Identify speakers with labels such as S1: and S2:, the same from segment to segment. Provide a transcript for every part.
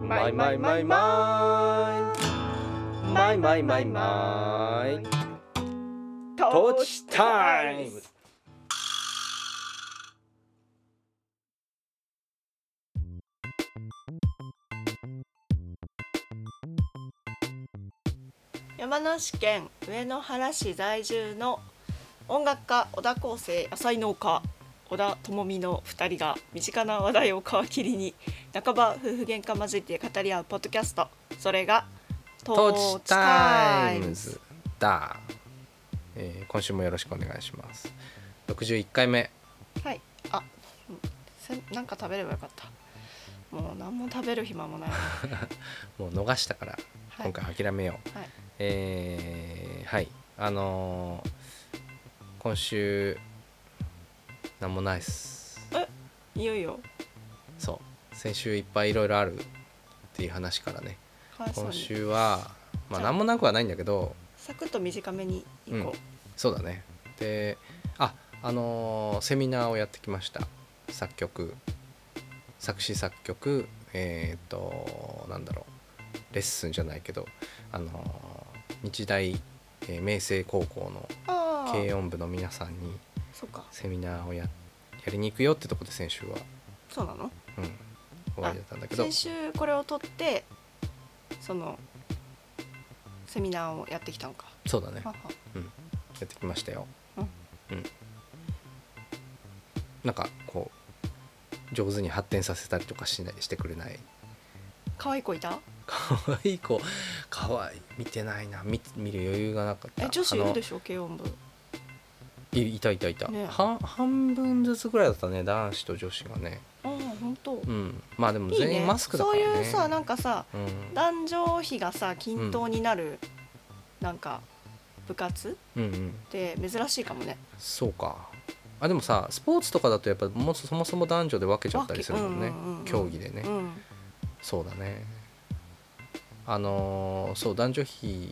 S1: マイマイマイマイマイマイマイマイトーチタイム
S2: 山梨県上野原市在住の音楽家小田康生野菜農家小田智美の2人が身近な話題を皮切りに半ば夫婦喧嘩混じって語り合うポッドキャストそれが「
S1: トーチタイムズだ、えー今週もよろしくお願いします61回目
S2: はいあうんせんなんか食べればよかったもう何も食べる暇もない、は
S1: もう逃したから
S2: い、
S1: 今回諦めよう、
S2: はい
S1: えーはいあのー今週なんもないっす
S2: いよいよ
S1: そう先週いっぱいいろいろあるっていう話からね
S2: かわいそう
S1: 今
S2: に
S1: 週はまあ
S2: じゃあ
S1: 何もなくはないんだけど
S2: サクッと短めにいこう、
S1: うんそうだねでああのーセミナーをやってきました作曲作詞作曲えっ、となんだろうレッスンじゃないけどあのー日大、えー明星高校の
S2: ああ
S1: 軽音部の皆さんに
S2: そうか
S1: セミナーをややりに行くよってとこで先週は、
S2: そうなの
S1: うん、終わりだったんだけど
S2: 先週これを撮ってそのセミナーをやってきたのか
S1: そうだね
S2: はは
S1: やってきましたよ。
S2: うん
S1: うんなんかこう上手に発展させたりとかしないしてくれない。
S2: 可愛い子いた
S1: 可愛い子可愛い見てないな見見る余裕がなかった。
S2: え女子い
S1: あ
S2: る
S1: の
S2: でしょ軽音部
S1: いいたいたいた、
S2: ね
S1: 半半分ずつぐらいだったね男子と女子がね。
S2: ああ本当
S1: うんまあでも
S2: いい
S1: 全
S2: ね
S1: 員マスクだか
S2: そう
S1: らね。
S2: いうさなんかさ
S1: うん
S2: 男女比がさ均等になるなんか部活
S1: うんうん
S2: って珍しいかもね
S1: そうか。あでもさスポーツとかだとやっぱもうそもそも男女で分けちゃったりするもんね、
S2: わけうんうんうん
S1: 競技でね。
S2: うん
S1: そうだねあのーそう男女比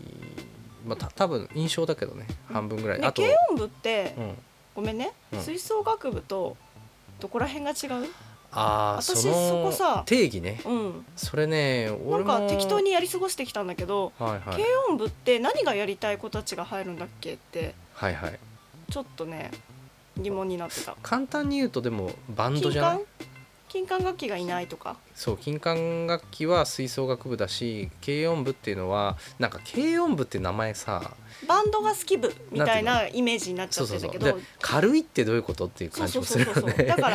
S1: まあた多分印象だけどね
S2: うん
S1: 半分ぐらい、
S2: ね
S1: あと、
S2: 軽音部って
S1: うん、
S2: ごめんね
S1: うん
S2: 吹奏楽部とどこら辺が違う
S1: ああ
S2: 私
S1: その
S2: そこさ
S1: 定義ね
S2: うん
S1: それね
S2: な
S1: 俺
S2: ん
S1: も
S2: か適当にやり過ごしてきたんだけど
S1: はいはい
S2: 軽音部って何がやりたい子たちが入るんだっけって
S1: はいはい
S2: ちょっとね疑問になってた
S1: 簡単に言うとでもバンド
S2: 金
S1: じゃな
S2: 管
S1: い
S2: 金管楽器がいないとか
S1: そう金管楽器は吹奏楽部だし軽音部っていうのはなんか軽音部って名前さ
S2: バンドが好き部みたいなイメージになっちゃ
S1: そ
S2: っ
S1: うそ
S2: て
S1: うそ
S2: た
S1: う
S2: け
S1: で
S2: ど
S1: 軽いってどういうことっていう
S2: そ
S1: 感
S2: う
S1: じ
S2: そ
S1: も
S2: う
S1: す
S2: そう
S1: るよ
S2: そう
S1: ね
S2: だから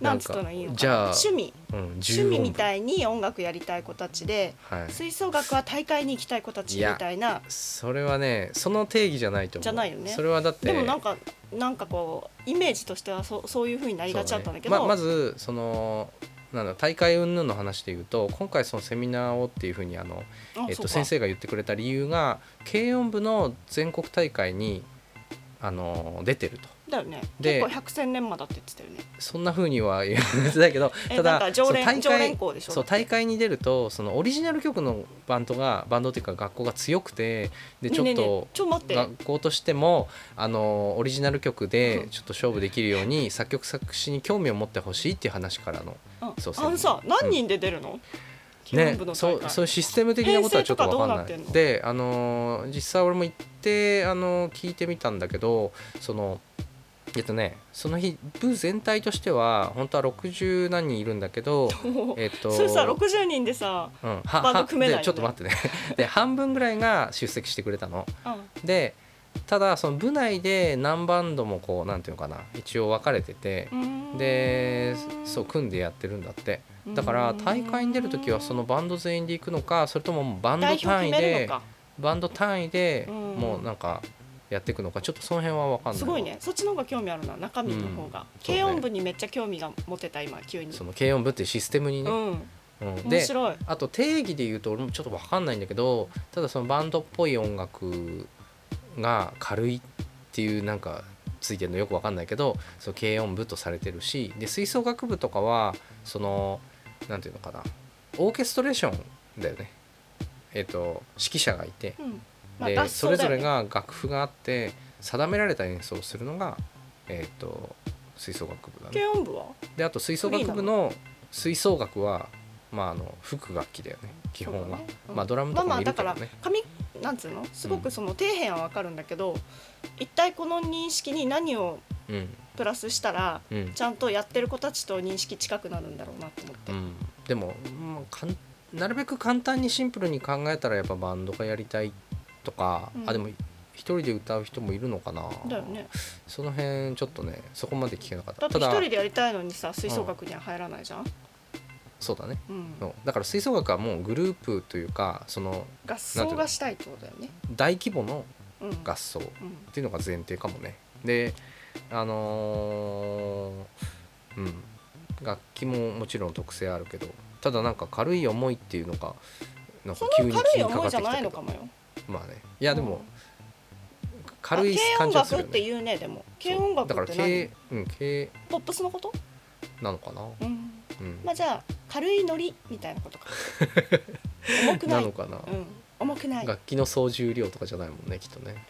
S1: な
S2: なんん
S1: か
S2: つったらいいのかな
S1: じゃあ
S2: 趣味
S1: うん、
S2: 趣味み
S1: い、
S2: たいに音楽やりたい子たちで
S1: はい、
S2: 吹奏楽は大会に行きたい子たちみたいな
S1: それはねその定義じゃないと思う
S2: じゃないよね
S1: それはだって
S2: でもなんかなんかこうイメージとしてはそそういうふうになりがちだったんだけ
S1: そうね
S2: ど
S1: ままずそのなんだ大会云々の話で言うと今回そのセミナーをっていうふうにあの、
S2: あ
S1: えっと、
S2: そうか
S1: 先生が言ってくれた理由が軽音部の全国大会にあの出てると
S2: だよね
S1: で
S2: 結構百戦錬磨だって言ってたよね
S1: そんなふうには言うんだけど
S2: え
S1: た
S2: なん
S1: だ
S2: か常
S1: その
S2: 連常連校でしょ
S1: そう大会に出るとそのオリジナル曲のバンドがバンドっていうか学校が強くてでちょっと、
S2: ねえねえねえちょっと待って
S1: 学校としてもあのオリジナル曲で
S2: うん
S1: ちょっと勝負できるように作曲作詞に興味を持ってほしいっていう話からの、
S2: うん
S1: そう
S2: あのさ
S1: そう
S2: 何人で出るの、軽音
S1: ね
S2: 部の、
S1: そ
S2: 大
S1: う
S2: 会
S1: そういうシステム的なことはちょっと分かんない
S2: 編成とかどうなってんの
S1: で、あのー実際俺も行って、あのー聞いてみたんだけどそのえっとねその日部全体としては本当は60何人いるんだけど えっと
S2: それさ60人でさ、
S1: うん、はは
S2: バンド組めな
S1: で
S2: いよね
S1: ちょっと待ってね で半分ぐらいが出席してくれたの
S2: うん、
S1: でただその部内で何バンドもこうなんていうのかな一応分かれてて
S2: うーん
S1: でそう組んでやってるんだってだから大会に出る時はそのバンド全員で行くのかそれとももうバンド
S2: 代表
S1: 単位
S2: 決めるの
S1: で
S2: か
S1: バンド単位で
S2: うん
S1: もうなんかやっていくのかちょっとその辺は分かんないわ
S2: すごいねそっちの方が興味あるな中身の方が、
S1: うんそうね
S2: 軽音部にめっちゃ興味が持てた今急に
S1: その軽音部っていうシステムに
S2: う
S1: ね、
S2: ん
S1: うん
S2: 面
S1: で
S2: 白い
S1: あと定義で言うと俺もちょっと分かんないんだけどただそのバンドっぽい音楽が軽いっていうなんかついてるのよく分かんないけどその軽音部とされてるしで吹奏楽部とかはそのなんていうのかなオーケストレーションだよねえっ、と指揮者がいて
S2: うんまあ
S1: で
S2: 合
S1: そ
S2: 奏
S1: れ
S2: だ
S1: ぞ
S2: よね
S1: れが楽譜があって定められた演奏をするのがえっ、と吹奏楽部だね。
S2: 軽音部は
S1: であと吹奏楽部の吹奏楽はまあ、あの吹く楽器だよね基本
S2: そう
S1: は、
S2: だねうん
S1: まあドラム
S2: ま
S1: と
S2: あ
S1: か
S2: ま
S1: も
S2: あ
S1: いる
S2: だ
S1: け
S2: か
S1: ど
S2: ら
S1: ね、
S2: 紙なんつうのすごくその底辺はわかるんだけど、一体この認識に何を
S1: うん
S2: プラスしたら
S1: うん
S2: ちゃんとやってる子たちと認識近くなるんだろうなと思って、
S1: うん、でも、まあかんなるべく簡単にシンプルに考えたらやっぱバンドがやりたいとか、
S2: うん
S1: あでも一人で歌う人もいるのかな
S2: だよね
S1: その辺ちょっとねそこまで聞けなかった
S2: だって一
S1: た
S2: 人でやりたいのにさ吹奏楽には入らないじゃん、
S1: そうだね
S2: うん、
S1: そうだから吹奏楽はもうグループというかその
S2: 合奏がしたいってことだよね、
S1: 大規模の
S2: うん、
S1: 合奏っ
S2: うん
S1: ていうのが前提かもねであのーうん楽器ももちろん特性あるけどただなんか軽い思いっていうのがなん
S2: そ
S1: か
S2: ん
S1: 急に
S2: な軽
S1: 気に
S2: い
S1: かか
S2: 思
S1: って
S2: いじゃ
S1: きた
S2: ない
S1: け
S2: の
S1: ど
S2: かもよ
S1: まあねいやでも、
S2: うん
S1: 軽い
S2: あ軽
S1: 感
S2: 音
S1: じはする
S2: 楽っ
S1: よ
S2: て
S1: ね
S2: 言うねでも軽音
S1: だか
S2: 楽
S1: ら
S2: って
S1: 軽うん
S2: 何
S1: 軽
S2: ポップスのこと、
S1: なのかな
S2: うん、
S1: うん、
S2: まあじゃあ軽いノリみたいなこ とか重くな
S1: ないのかな、
S2: うん、重くない
S1: 楽器の総重量とかじゃないもんねきっとね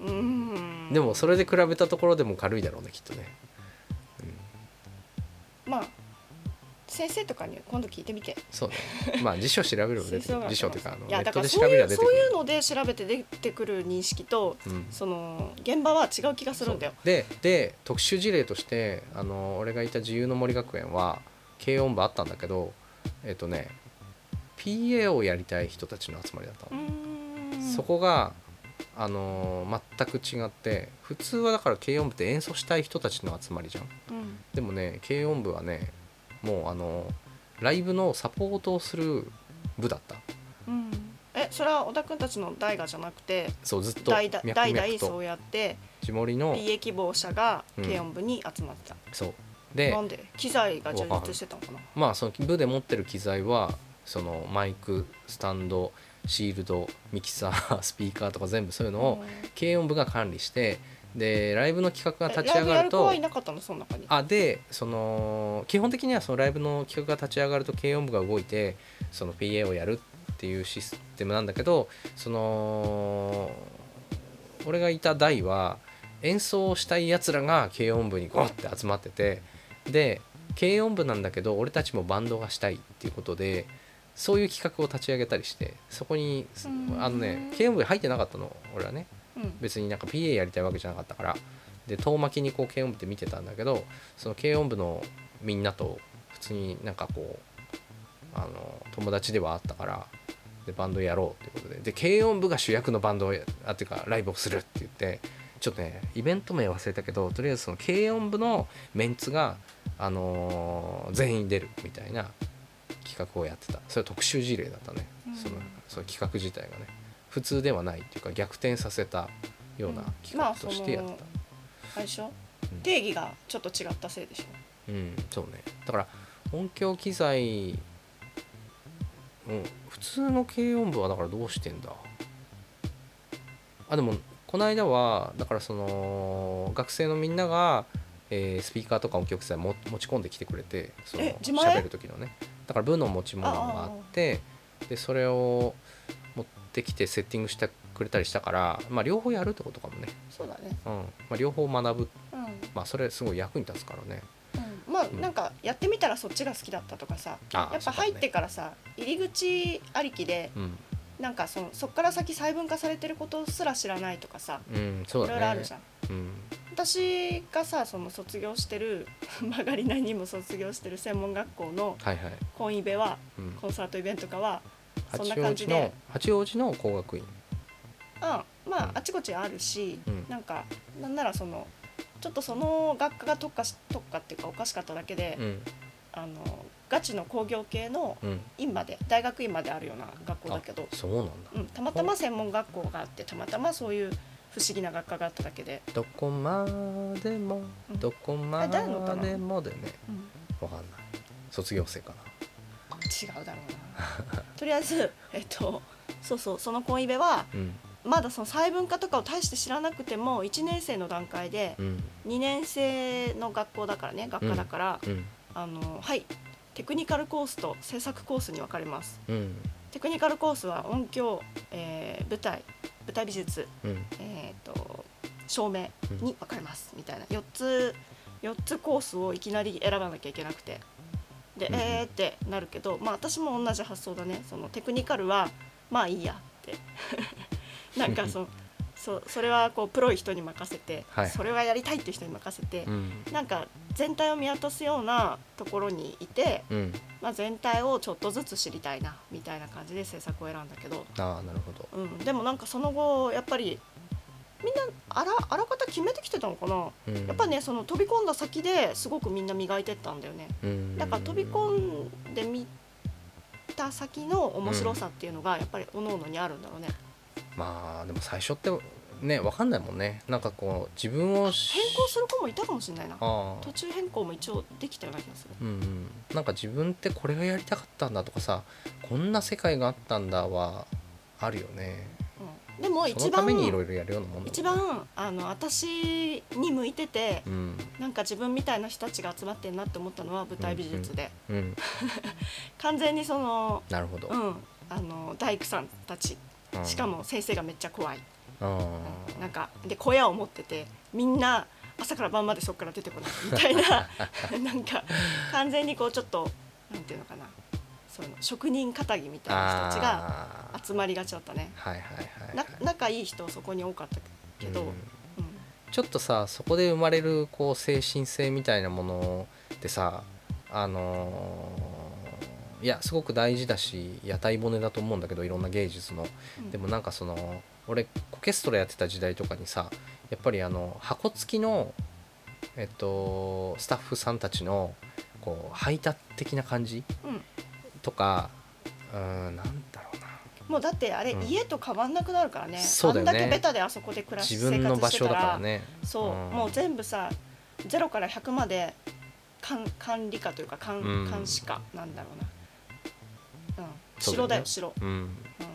S2: うん
S1: でもそれで比べたところでも軽いだろうねきっとね、うん、
S2: まあ先生とかに今度聞いてみて
S1: そうねまあ辞書調べれば出 てく
S2: 吹奏楽
S1: る
S2: の
S1: 辞書というかあの
S2: い
S1: ネ
S2: やだ
S1: ット
S2: から
S1: で
S2: そ
S1: 調
S2: う
S1: べ
S2: い
S1: れ
S2: う
S1: ば出てく
S2: そう
S1: る
S2: いうので調べて出てくる認識と
S1: うん
S2: その現場は違う気がするんだよ
S1: そうでで特殊事例としてあの俺がいた自由の森学園は軽音部あったんだけどえっとね PA をやりたい人たちの集まりだったの
S2: うーん
S1: そこが、あのー全く違って普通はだから軽音部って演奏したい人たちの集まりじゃん
S2: うん
S1: でもね軽音部はねもうあのーライブのサポートをする部だった
S2: うんえそれは小田君たちの代がじゃなくて
S1: そうずっと
S2: 代々
S1: 脈
S2: 代
S1: 々
S2: 々そ
S1: と
S2: うやって
S1: 地盛りの
S2: PA 希望者が軽音部に集まってた、
S1: そう
S2: な
S1: で
S2: んで機材が充実してたのかな
S1: まあその部で持ってる機材はそのマイクスタンドシールドミキサースピーカーとか全部そういうのを
S2: うん
S1: 軽音部が管理してでライブの企画が立ち
S2: えラ
S1: 上
S2: イブや
S1: が
S2: る
S1: る
S2: 子
S1: と
S2: はいなかったのその中に
S1: あでその基本的にはそのライブの企画が立ち上がると軽音部が動いてその PA をやるっていうシステムなんだけどその俺がいた代は演奏をしたいやつらが軽音部にゴッて集まっててで軽音部なんだけど俺たちもバンドがしたいっていうことでそういう企画を立ち上げたりしてそこに
S2: うん
S1: あのね軽音部に入ってなかったの俺はね
S2: うん
S1: 別になんか PA やりたいわけじゃなかったからで遠巻きにこう軽音部って見てたんだけどその軽音部のみんなと普通になんかこうあの友達ではあったからでバンドやろうってことでで軽音部が主役のバンドをやあっていうかライブをするって言ってちょっとねイベント名忘れたけどとりあえずその軽音部のメンツが、あのー全員出るみたいな企画をやってたそれは特殊事例だったね、
S2: うん
S1: そのその企画自体がね普通ではないっていうか逆転させたような企
S2: ま
S1: 画
S2: あ
S1: としてやってた、
S2: そのあれでしょ
S1: うん
S2: 定義がちょっと違ったせいでしょ
S1: うん、そうねだから音響機材うん普通の軽音部はだからどうしてんだあでもこの間はだからその学生のみんなが、えースピーカーとか音響機材も持ち込んできてくれてその
S2: え自前
S1: 喋る時のねだから部の持ち物があってでそれを持ってきてセッティングしてくれたりしたから、まあ、両方やるってことかもね、
S2: そうだね
S1: うんまあ、両方学ぶ、
S2: うん、
S1: まあ、それすごい役に立つからね
S2: うん、まあなんかやってみたらそっちが好きだったとかさ
S1: あ
S2: やっぱ入ってからさ入り口ありきで
S1: うん
S2: なんかそのそっから先細分化されてることすら知らないとかさ
S1: うん、そ
S2: いう
S1: だね。
S2: ろいろあるじゃん
S1: うん、
S2: 私がさその卒業してる 曲がりなりにも卒業してる専門学校の
S1: はいはい。
S2: コンイベは
S1: うん、
S2: コンサートイベントとかはそんな
S1: 八王
S2: 感
S1: 子
S2: じ
S1: の
S2: で、
S1: 八王子の工学院。
S2: うん、まあ
S1: うん
S2: あちこちあるし、
S1: うん
S2: なんかなんならそのちょっとその学科が特化し特化っていうかおかしかっただけで、
S1: うん、
S2: あのガチの工業系の
S1: うん。
S2: 院まで大学院まであるような学校だけど、
S1: そうなんだ。
S2: うん、たまたま専門学校があってたまたまそういう不思議な学科があっただけで、
S1: どこまでも、
S2: うん
S1: どこま
S2: あ誰の歌なの
S1: でもでね。
S2: うん
S1: わかんない。卒業生か
S2: 違うだろうなとりあえず、えっと、そうそうそのコンイベは
S1: な。うん、
S2: まだその細分化とかを大して知らなくても1年生の段階で
S1: うん、
S2: 2年生の学校だからね学科だから、
S1: うん、
S2: あのはいテクニカルコースと制作コースに分かれます
S1: うん、
S2: テクニカルコースは音響、えー舞台舞台美術、
S1: うん、
S2: えー、と照明に分かれますみたいな4つ4つコースをいきなり選ばなきゃいけなくてで、
S1: うんうん
S2: えーってなるけど、まあ、私も同じ発想だねそのテクニカルはまあいいやって なんかそのそうそれはこうプロい人に任せて、
S1: はい
S2: それはやりたいっていう人に任せて、
S1: うん
S2: なんか全体を見渡すようなところにいて、
S1: うん
S2: まあ、全体をちょっとずつ知りたいなみたいな感じで制作を選んだけど、
S1: ああなるほど
S2: うん、でもなんかその後やっぱりみんなあらあらかた決めてきてたのかな
S1: うん
S2: やっぱねその飛び込んだ先ですごくみんな磨いてったんだよね
S1: うん
S2: だから飛び込んでみた先の面白さっていうのがやっぱり各々にあるんだろうね
S1: まあでも最初ってね分かんないもんねなんかこう自分をし
S2: 変更する子もいたかもしれないな
S1: ああ
S2: 途中変更も一応できたような気がする
S1: うんうん、なんか自分ってこれがやりたかったんだとかさこんな世界があったんだはあるよね
S2: うん、でも
S1: そ
S2: 一
S1: のた
S2: 番
S1: めにいろいろやるようなもんだもんね
S2: 一番あの私に向いてて
S1: うん
S2: なんか自分みたいな人たちが集まってんなって思ったのは舞台美術で、
S1: うん
S2: 完全にその
S1: なるほど
S2: う、んあの大工さんたち
S1: うん
S2: しかも先生がめっちゃ怖い、
S1: うん
S2: なんかで小屋を持っててみんな朝から晩までそこから出て こないみたいな なんか完全にこうちょっとなんていうのかなその職人かたぎみたいな人たちが
S1: あー
S2: 集まりがちだったね
S1: はいはいはい
S2: な
S1: はい
S2: 仲いい人そこに多かったけど、
S1: う
S2: うんん
S1: ちょっとさそこで生まれるこう精神性みたいなものってさあのーいやすごく大事だし屋台骨だと思うんだけどいろんな芸術の
S2: うん
S1: でもなんかその俺コケストラやってた時代とかにさやっぱりあの箱付きのえっとスタッフさんたちのこう排他的な感じ
S2: うん
S1: とかうーんなんだろうな
S2: もうだってあれ、
S1: うん
S2: 家と変わんなくなるからね
S1: そうだよね
S2: あんだけベタであそこで暮らし
S1: 自分の場所だから
S2: 生活して
S1: ね
S2: たらそ
S1: う
S2: う、
S1: ん
S2: もう全部さ0から100まで管管理下というか管,、
S1: うん
S2: 監視下なんだろ
S1: そうだよね
S2: うな、うん、城だよ城、
S1: うん
S2: うん、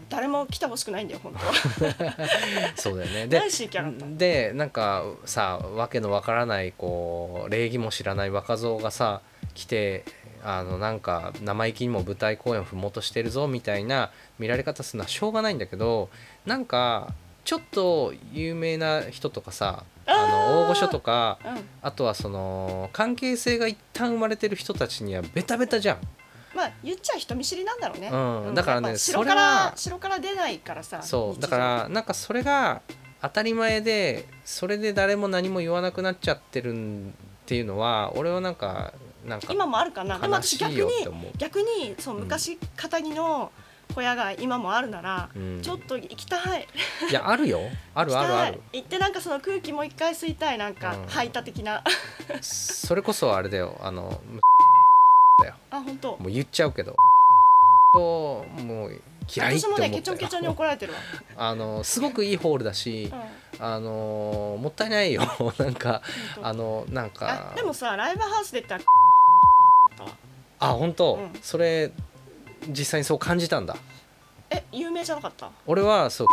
S2: 誰も来てほしくないんだよ本当は
S1: そうだよ ねで
S2: 大好きやがった
S1: でなんかさわけのわからないこう礼儀も知らない若造がさ来てあのなんか生意気にも舞台公演を踏もうとしてるぞみたいな見られ方するのはしょうがないんだけどなんかちょっと有名な人とかさあの
S2: あー
S1: 大御所とか
S2: うん
S1: あとはその関係性が一旦生まれてる人たちにはベタベタじゃん。
S2: まあ言っちゃ人見知りなんだろうね、
S1: うんだからね
S2: やっぱ
S1: そ
S2: 城
S1: れは
S2: から城から出ないからさ
S1: そう
S2: 日
S1: だ
S2: 常
S1: からなんかそれが当たり前でそれで誰も何も言わなくなっちゃってるんっていうのは俺はなんかなんか
S2: 今もあるかなでも
S1: 悲
S2: 私
S1: しい
S2: 逆に
S1: よって思う。
S2: 逆にそう
S1: うん
S2: 昔片木の小屋が今もあるなら、
S1: うん
S2: ちょっと行きたい
S1: いやあるよあるあるある
S2: 行きたい行ってなんかその空気もう一回吸いたいなんか
S1: うん
S2: 排他的な
S1: それこそあれだよあの
S2: あ本当
S1: もう言っちゃうけどをもう嫌いって
S2: 私
S1: 思
S2: も
S1: った
S2: ね
S1: よ
S2: ケチョンケチョンに怒られてるわ、
S1: あのすごくいいホールだし
S2: うん、
S1: あのもったいないよ なんか
S2: ほんと
S1: あのなんか
S2: あでもさライブハウスで言ったら
S1: あ本当、
S2: うん
S1: それ実際にそう感じたんだ
S2: え有名じゃなかった
S1: 俺はそう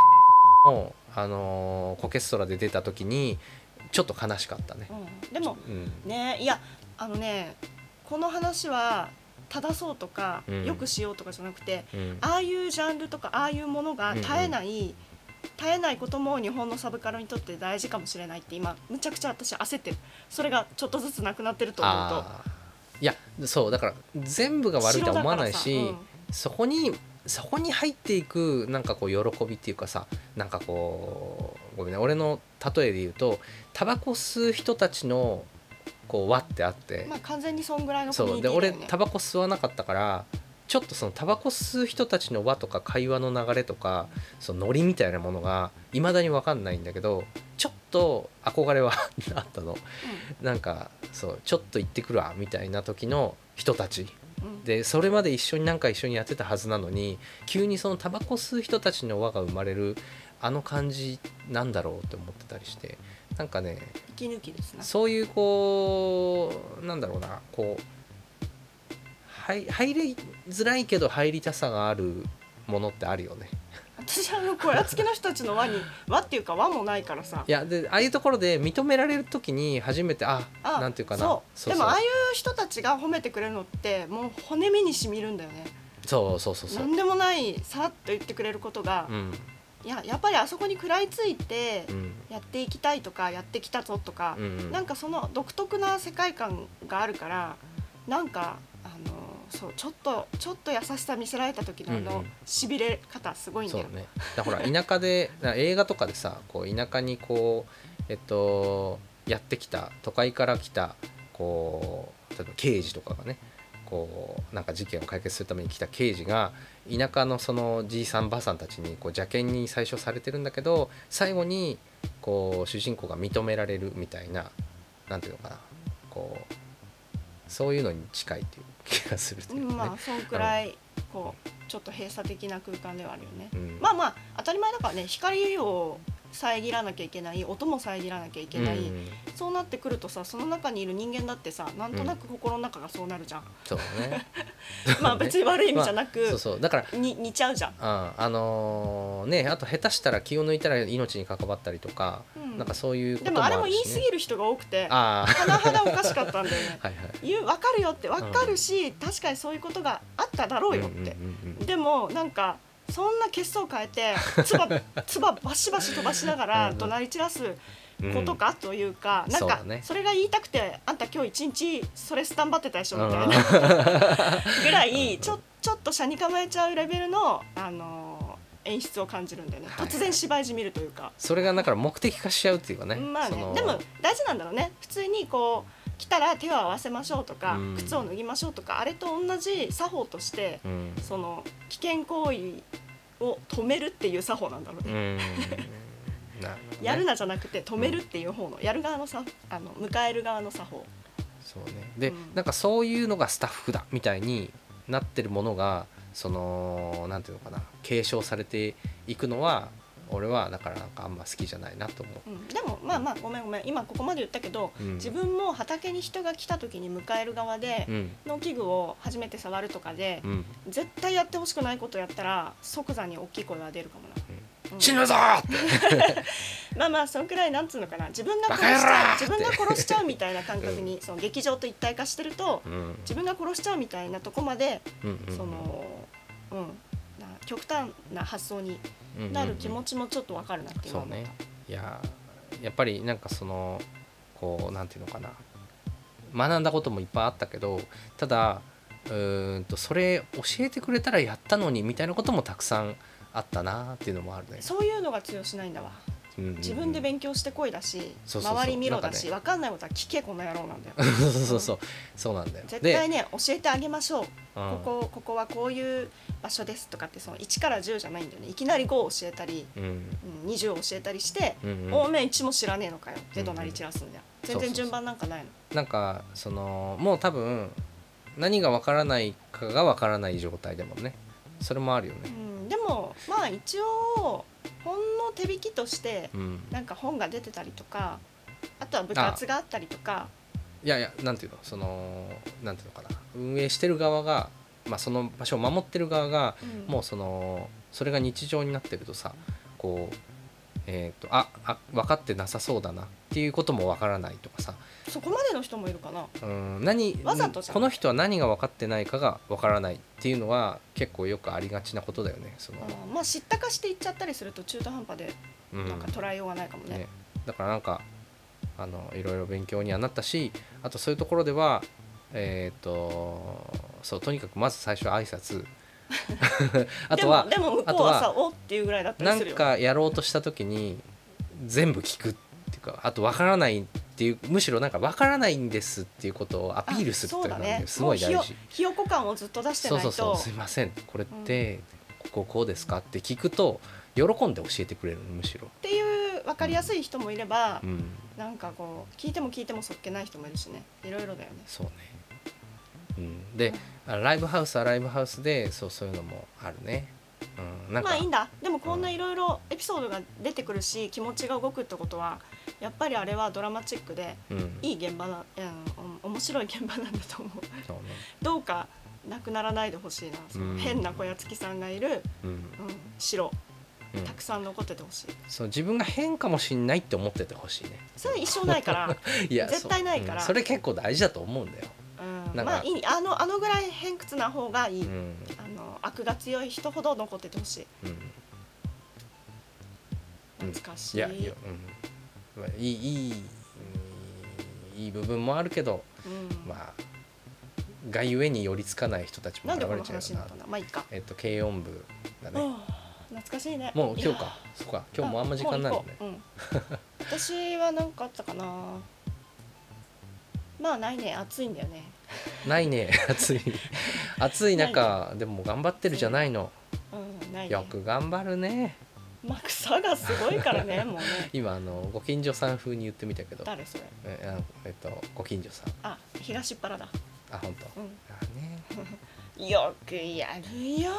S1: の、あのーコケストラで出た時にちょっと悲しかったね、
S2: うんでも
S1: うん、
S2: ねいやあのねこの話は正そうとか、
S1: うん
S2: よくしようとかじゃなくて
S1: うん
S2: ああいうジャンルとかああいうものが絶えない、絶えないことも日本のサブカルにとって大事かもしれないって今むちゃくちゃ私焦ってるそれがちょっとずつなくなってると思うと
S1: あーいやそうだから全部が悪いとは思わないし、
S2: 白だからさ
S1: そこにそこに入っていくなんかこう喜びっていうかさなんかこうごめんね俺の例えで言うとタバコ吸う人たちのこう輪ってあって
S2: うん、まあ完全にそんぐらいのコミュ
S1: そう
S2: ニ
S1: で
S2: ティだ
S1: 俺
S2: よね
S1: タバコ吸わなかったからちょっとそのタバコ吸う人たちの輪とか会話の流れとかそのノリみたいなものがいまだに分かんないんだけどちょっと憧れは あったのなんかそうちょっと行ってくるわみたいな時の人たち
S2: うんうん
S1: でそれまで一緒になんか一緒にやってたはずなのに急にそのタバコ吸う人たちの輪が生まれるあの感じなんだろうって思ってたりしてなんかね
S2: 息抜きですな
S1: そういうこうなんだろうなこう入入りづらいけど入りたさがあるものってあるよね
S2: 私あの小屋付きの人たちの輪に輪っていうか輪もないからさ
S1: いやでああいうところで認められる時に初めてあ
S2: あ
S1: なんていうかな
S2: そう
S1: そうそう
S2: でもああいう人たちが褒めてくれるのってもう骨身にしみるんだよね
S1: そうそうそうそう
S2: 何でもないさらっと言ってくれることが、
S1: うん
S2: いややっぱりあそこに食らいついて
S1: うん
S2: やっていきたいとかやってきたぞとか
S1: う、ん
S2: なんかその独特な世界観があるからなんかあのそうちょっとちょっと優しさ見せられた時のあ
S1: うんう
S2: の
S1: ん
S2: しびれ方すごいん
S1: そ
S2: だ
S1: う
S2: よ、
S1: ねだからほら田舎でだから映画とかでさこう田舎にこうえっとやってきた都会から来たこう例えば刑事とかがねこうなんか事件を解決するために来た刑事が田舎のそのじいさんばあさんたちにこう邪険に最初されてるんだけど最後にこう主人公が認められるみたいななんていうのかなこうそういうのに近いっていう気がすると
S2: う
S1: いうか
S2: ん、
S1: ね、
S2: まあそんくらいこうちょっと閉鎖的な空間ではあるよね
S1: うん
S2: まあまあ当たり前だからね光を遮らなきゃいけない音も遮らなきゃいけない、
S1: うん
S2: そうなってくるとさその中にいる人間だってさなんとなく心の中がそうなるじゃん、
S1: そうだね
S2: まあ別に悪い意味じゃなく、
S1: そうそうだから
S2: に似ちゃうじゃん、
S1: ああのーねあと下手したら気を抜いたら命に関わったりとか、
S2: うん
S1: なんかそういうこ
S2: で
S1: と
S2: も
S1: もあ
S2: あ
S1: る
S2: れ
S1: し、ね、
S2: も言い過ぎる人が多くて
S1: あ
S2: 甚だおかしかったんだ よね
S1: あはいはい
S2: 言う分かるよって分かるし、確かにそういうことがあっただろうよって、
S1: うんうんうんうん
S2: でもなんかそんな血相変 えて唾唾バシバシ飛ばしなが
S1: うん
S2: ら
S1: うん
S2: 怒鳴り散らす
S1: うん
S2: ことかというか、なん
S1: そう
S2: か
S1: だね
S2: それが言いたくてあんた今日一日それスタンバってたでしょみたいな
S1: う
S2: ぐら
S1: うんう
S2: い
S1: ん
S2: ちょちょっと車に構えちゃうレベルの、あのー演出を感じるんだよね、
S1: はいはい
S2: 突然芝居じみるというか。
S1: それがだから目的化しちゃうっていうかね
S2: まあ
S1: そ
S2: ね
S1: の、
S2: でも大事なんだろうね普通にこう来たら手を合わせましょうとか、
S1: うん
S2: 靴を脱ぎましょうとかあれと同じ作法として
S1: うん、
S2: その危険行為を止めるっていう作法なんだろう
S1: う
S2: ね、
S1: ん、なるほどね
S2: やるなじゃなくて止めるっていう方のやる側のさあの迎える側の作法
S1: そうねで、
S2: うん
S1: なんかそういうのがスタッフだみたいになってるものがそのなんていうのかな継承されていくのは俺はだからなんかあんま好きじゃないなと思う
S2: うん、でもまあまあごめんごめん今ここまで言ったけど、
S1: うん
S2: 自分も畑に人が来た時に迎える側で、
S1: うん
S2: 農機具を初めて触るとかで、
S1: うん
S2: 絶対やってほしくないことやったら即座に大きい声は出るかもな、うん
S1: 死ぬぞーって
S2: まあまあそのくらいなんつうのかな自分が殺し
S1: バ
S2: ち
S1: カ野郎
S2: ゃう自分が殺しちゃうみたいな感覚に、その劇場と一体化してると
S1: うん
S2: 自分が殺しちゃうみたいなとこまで
S1: うんうん
S2: そのうんな極端な発想になる気持
S1: ち
S2: ちもちょっとわかるなって今
S1: そう
S2: 思っ
S1: ね
S2: た。
S1: いややっぱりなんかそのこうなんていうのかな学んだこともいっぱいあったけどただうーんとそれ教えてくれたらやったのにみたいなこともたくさんあったなっていうのもあるね。
S2: そういうのが通用しないんだわ
S1: うんうんうん
S2: 自分で勉強してこいだし、
S1: そうそうそう
S2: 周り見ろだし
S1: な
S2: わかんないことは聞けこの野郎なんだよ
S1: そうそうそうそうそうなんだよ。
S2: 絶
S1: で
S2: 対ね教えてあげましょ
S1: う
S2: う
S1: ん
S2: ここここはこういう場所ですとかってその1から10じゃないんだよねいきなり5を教えたり、
S1: うん
S2: うん、20を教えたりして
S1: うんうん
S2: 大面一も知らねえのかよって
S1: うんう
S2: 怒
S1: ん
S2: 鳴り散らすんだよ、
S1: そうそうそう
S2: 全然順番なんかないの
S1: なんかそのもう多分何がわからないかがわからない状態だもんね。それもあるよね。
S2: うん、でもまあ一応ほんの手引きとして
S1: うん、
S2: なんか本が出てたりとかあとは部活があったりとか
S1: いやいやなんていうのそのなんていうのかな運営してる側が、まあ、その場所を守ってる側が
S2: うん
S1: もうそのそれが日常になってるとさこうえっ、とああ分かってなさそうだなっていうことも分からないとかさ
S2: そこまでの人もいるかな
S1: うん何
S2: わざとじゃん
S1: この人は何が分かってないかが分からないっていうのは結構よくありがちなことだよねその、
S2: あーまあ知ったかして言っちゃったりすると中途半端で
S1: うん
S2: なんか捉えようがないかもね
S1: ね、だからなんかあのいろいろ勉強にはなったしあとそういうところではえっ、とそうとにかくまず最初は挨 拶あ
S2: で
S1: と
S2: も
S1: は
S2: でも向こうはさ「おっ」っていうぐらいだった
S1: な
S2: りす
S1: ん
S2: るよ
S1: かやろうとした時に全部聞くっていうかあとわからないっていうむしろなんかわからないんですっていうことをアピールするっていうのが
S2: あそうだ
S1: ね
S2: ね
S1: すごい大
S2: もう
S1: 事
S2: ひよこ感をずっと出して
S1: そう
S2: ない
S1: そ
S2: と
S1: うそうすいませんこれってこここうですかって聞くと喜んで教えてくれるむしろ、
S2: っていう分かりやすい人もいれば、
S1: うん、
S2: なんかこう聞いても聞いてもそっけない人もいるしねいろいろだよね
S1: そうね、うん、であライブハウスはライブハウスでそうそういうのもあるね、うん、なんか、
S2: まあいいんだでもこんないろいろエピソードが出てくるし気持ちが動くってことはやっぱりあれはドラマチックで
S1: うん、
S2: いい現場な、うん、お面白い現場なんだと思う
S1: そうね、
S2: どうかなくならないでほしいなその
S1: うん
S2: 変な小屋付きさんがいる、
S1: うん
S2: うん、城
S1: うん
S2: た、くさん残っててほしい
S1: そう自分が変かもしんないって思っててほしいね
S2: それ一生ない から、
S1: いや
S2: 絶対ないから
S1: そううんそれ結構大事だと思うんだよ、
S2: うん、
S1: なんか
S2: まあいいあのあのぐらい偏屈な方がいい、
S1: うん
S2: あの悪が強い人ほど残っててほしい
S1: うん、うん
S2: 懐かし
S1: い
S2: い,、
S1: やいや、うんまあ、いいいいうんいい部分もあるけど
S2: うん
S1: まあがゆえに寄りつかない人たちも
S2: なん
S1: 現
S2: で
S1: れ
S2: この
S1: ちゃうよ
S2: 話になったんだまあいいか、
S1: えっと軽音部だね
S2: ああ懐かしいね
S1: もう今
S2: い
S1: 日
S2: や
S1: かそっか今日もうあんま時間ないもんね
S2: もう行こううん私は何かあったかなまあないね暑いんだよね
S1: ないね 暑い暑い中でも頑張ってるじゃないの
S2: うんないね
S1: よく頑張るね
S2: まあ草がすごいか らねもうね
S1: 今あのご近所さん風に言ってみたけど
S2: 誰それ
S1: えあのえっとご近所さん
S2: あ東っ腹だ
S1: あ本当
S2: うん
S1: あね
S2: よくやるよ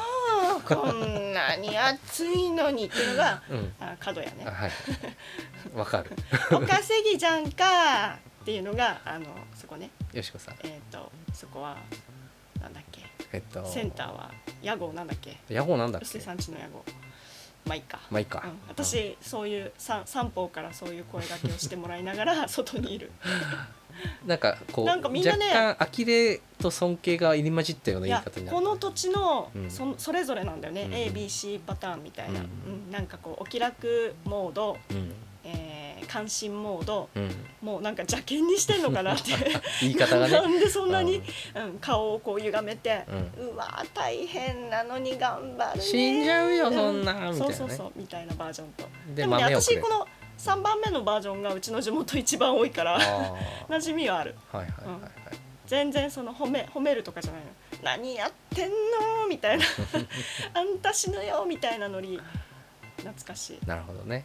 S2: こんなに暑いのにっていう のが
S1: うん
S2: あ角やね
S1: あ はいわかる
S2: お稼ぎじゃんかっていうのがあのそこね
S1: よしこさん
S2: えっ、とそこはなんだっけ
S1: えっと
S2: センターは屋号なんだっけ
S1: 野号なんだっ
S2: 臼
S1: け
S2: 井さんちの屋号まあいいか、
S1: まあいいか、
S2: うん、私そういう三三方からそういう声掛けをしてもらいながら外にいる
S1: なんかこう
S2: なんかみんなね
S1: 若干呆れと尊敬が入り混じったようない言い
S2: や
S1: 方になる
S2: この土地の
S1: うん
S2: そそれぞれなんだよね、
S1: うん
S2: ABC パターンみたいな、
S1: う
S2: うんんなんかこうお気楽モード、
S1: うん
S2: えー、関心モード
S1: うん、
S2: もうなんか邪険にしてんのかなって
S1: 言い方が
S2: な
S1: ね
S2: んでそんなに、うん、顔をこう歪めて、
S1: うん
S2: うわー大変なのに頑張るね
S1: 死んじゃうよそんなみたいなね
S2: そうそうそうみたいなバージョンと
S1: で
S2: でもね
S1: 豆をく
S2: 私
S1: れ
S2: この3番目のバージョンがうちの地元一番多いから
S1: あ
S2: 馴染みはある
S1: あはいはいはいはい、
S2: 全然その褒め褒めるとかじゃないの何やってんのみ たいなあんた死ぬよみたいなノリ懐かしい
S1: なるほどね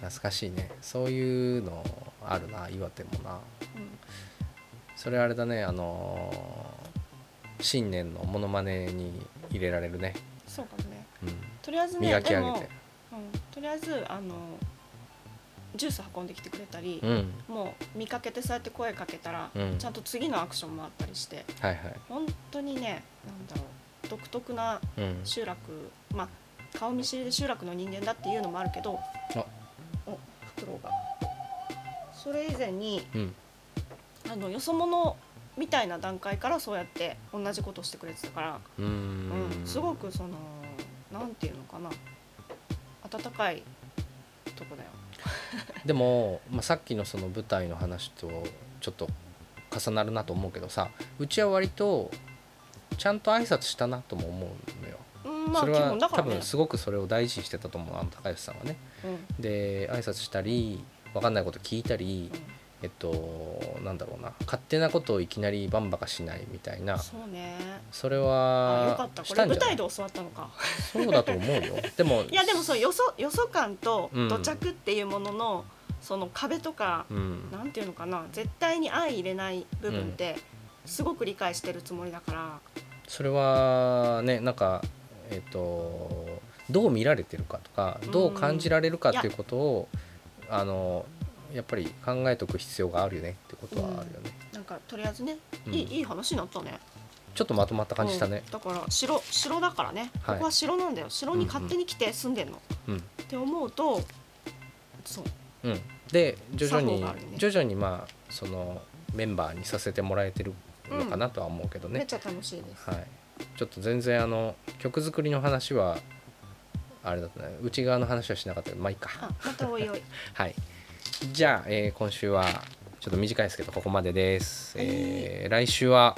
S1: 懐かしいねそういうのあるな岩手もな
S2: う
S1: それあれだねあのー新年のモノマネに入れられるね、
S2: んそうかもね
S1: うん、
S2: とりあえずね
S1: 磨き
S2: で
S1: 上げ
S2: も
S1: て、
S2: うん、とりあえずあのジュース運んできてくれたり
S1: う、ん
S2: もう見かけてそうやって声かけたら、
S1: うん
S2: ちゃんと次のアクションもあったりして
S1: はいはい
S2: 本当にねなんだろう独特な
S1: うん
S2: 集落まあ顔見知りで集落の人間だっていうのもあるけど
S1: あ
S2: おフクロウがそれ以前に
S1: うん
S2: あのよそ者みたいな段階からそうやって同じことしてくれてたから、
S1: うー
S2: うんんすごくそのなんていうのかな温かいとこだよ。
S1: でも、まあ、さっきのその舞台の話とちょっと重なるなと思うけどさうちは割とちゃんと挨拶したなとも思うのよ、
S2: うんまあ
S1: そ
S2: 基
S1: れは、
S2: 本だか
S1: 多
S2: らね
S1: 分。すごくそれを大事にしてたと思うあの高橋さんはね
S2: うんうん
S1: で挨拶したり分かんないこと聞いたり、えっとなんだろうな勝手なことをいきなりバンバカしないみたいな
S2: そうね。
S1: それ
S2: あよか
S1: は
S2: ったこ
S1: し
S2: れ
S1: たん
S2: 舞
S1: じゃな
S2: 台
S1: い
S2: で教わったのか。
S1: そうだと思うよ でも
S2: いやでもそうよそよそ感と
S1: うん
S2: 土着っていうものの、その壁とか、
S1: うん
S2: なんていうのかな絶対に相入れない部分ってすごく理解してるつもりだから、
S1: それはねなんかえっ、とどう見られてるかとか
S2: うん
S1: どう感じられるかっていうことをあのやっぱり考えておく必要があるよねってことはあるよね、
S2: なんかとりあえずね、
S1: うん
S2: いいいい話になったね
S1: ちょっとまとまった感じしたね
S2: うんだから城城だからね、
S1: はい
S2: ここは城なんだよ城に勝手に来て住んでんの、
S1: うん
S2: って思うとそう
S1: うん、で徐々に、
S2: 作法があるよね
S1: 徐々にまあそのメンバーにさせてもらえてるのかなとは思うけど
S2: めっ
S1: ね、
S2: ちゃ楽しいです、
S1: はいちょっと全然あの曲作りの話はあれだったね内側の話はしなかったけどまあいいか
S2: あまたおい おい
S1: はい。じゃあ、えー今週はちょっと短いですけどここまでです。えー来週は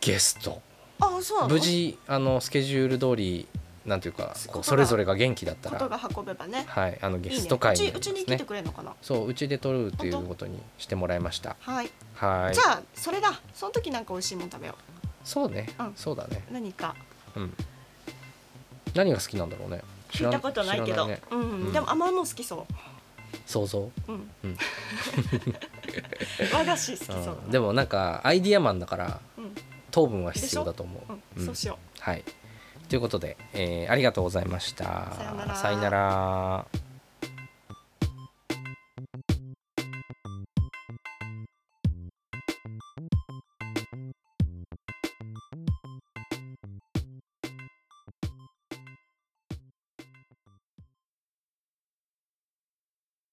S1: ゲスト。
S2: あそうなの
S1: 無事あのスケジュール通りなんていうか
S2: す
S1: こう
S2: ことが
S1: それぞれが元気だった
S2: こと
S1: ら、
S2: が運べばね
S1: はい、あのゲ
S2: いい
S1: ス
S2: ね
S1: ト
S2: う
S1: 会
S2: ち
S1: に
S2: う
S1: な
S2: ち
S1: りま
S2: に
S1: す
S2: 来
S1: ね
S2: て。くれるのかな
S1: そううちで撮るということにしてもらいました。
S2: はい
S1: はい
S2: じ。ゃあそれだその時なんか美味しいもの食べよ
S1: そうね、
S2: うん
S1: そうだね。
S2: う何か
S1: うん。何が好きなんだろうね。知
S2: 聞
S1: ら
S2: い
S1: ん
S2: たことないけ
S1: 知ら
S2: ど
S1: ね
S2: うん、
S1: うん
S2: でも甘いもの好きそ
S1: 想像。
S2: う、うん
S1: うん
S2: 和菓子好きそ ううだな、
S1: んでもなんかアイディアマンだから
S2: うん、
S1: 糖分は必要だと思う。
S2: う、
S1: うんん
S2: そうしよう
S1: はい。ということで、えーありがとうございました。
S2: さよなら
S1: さよなら。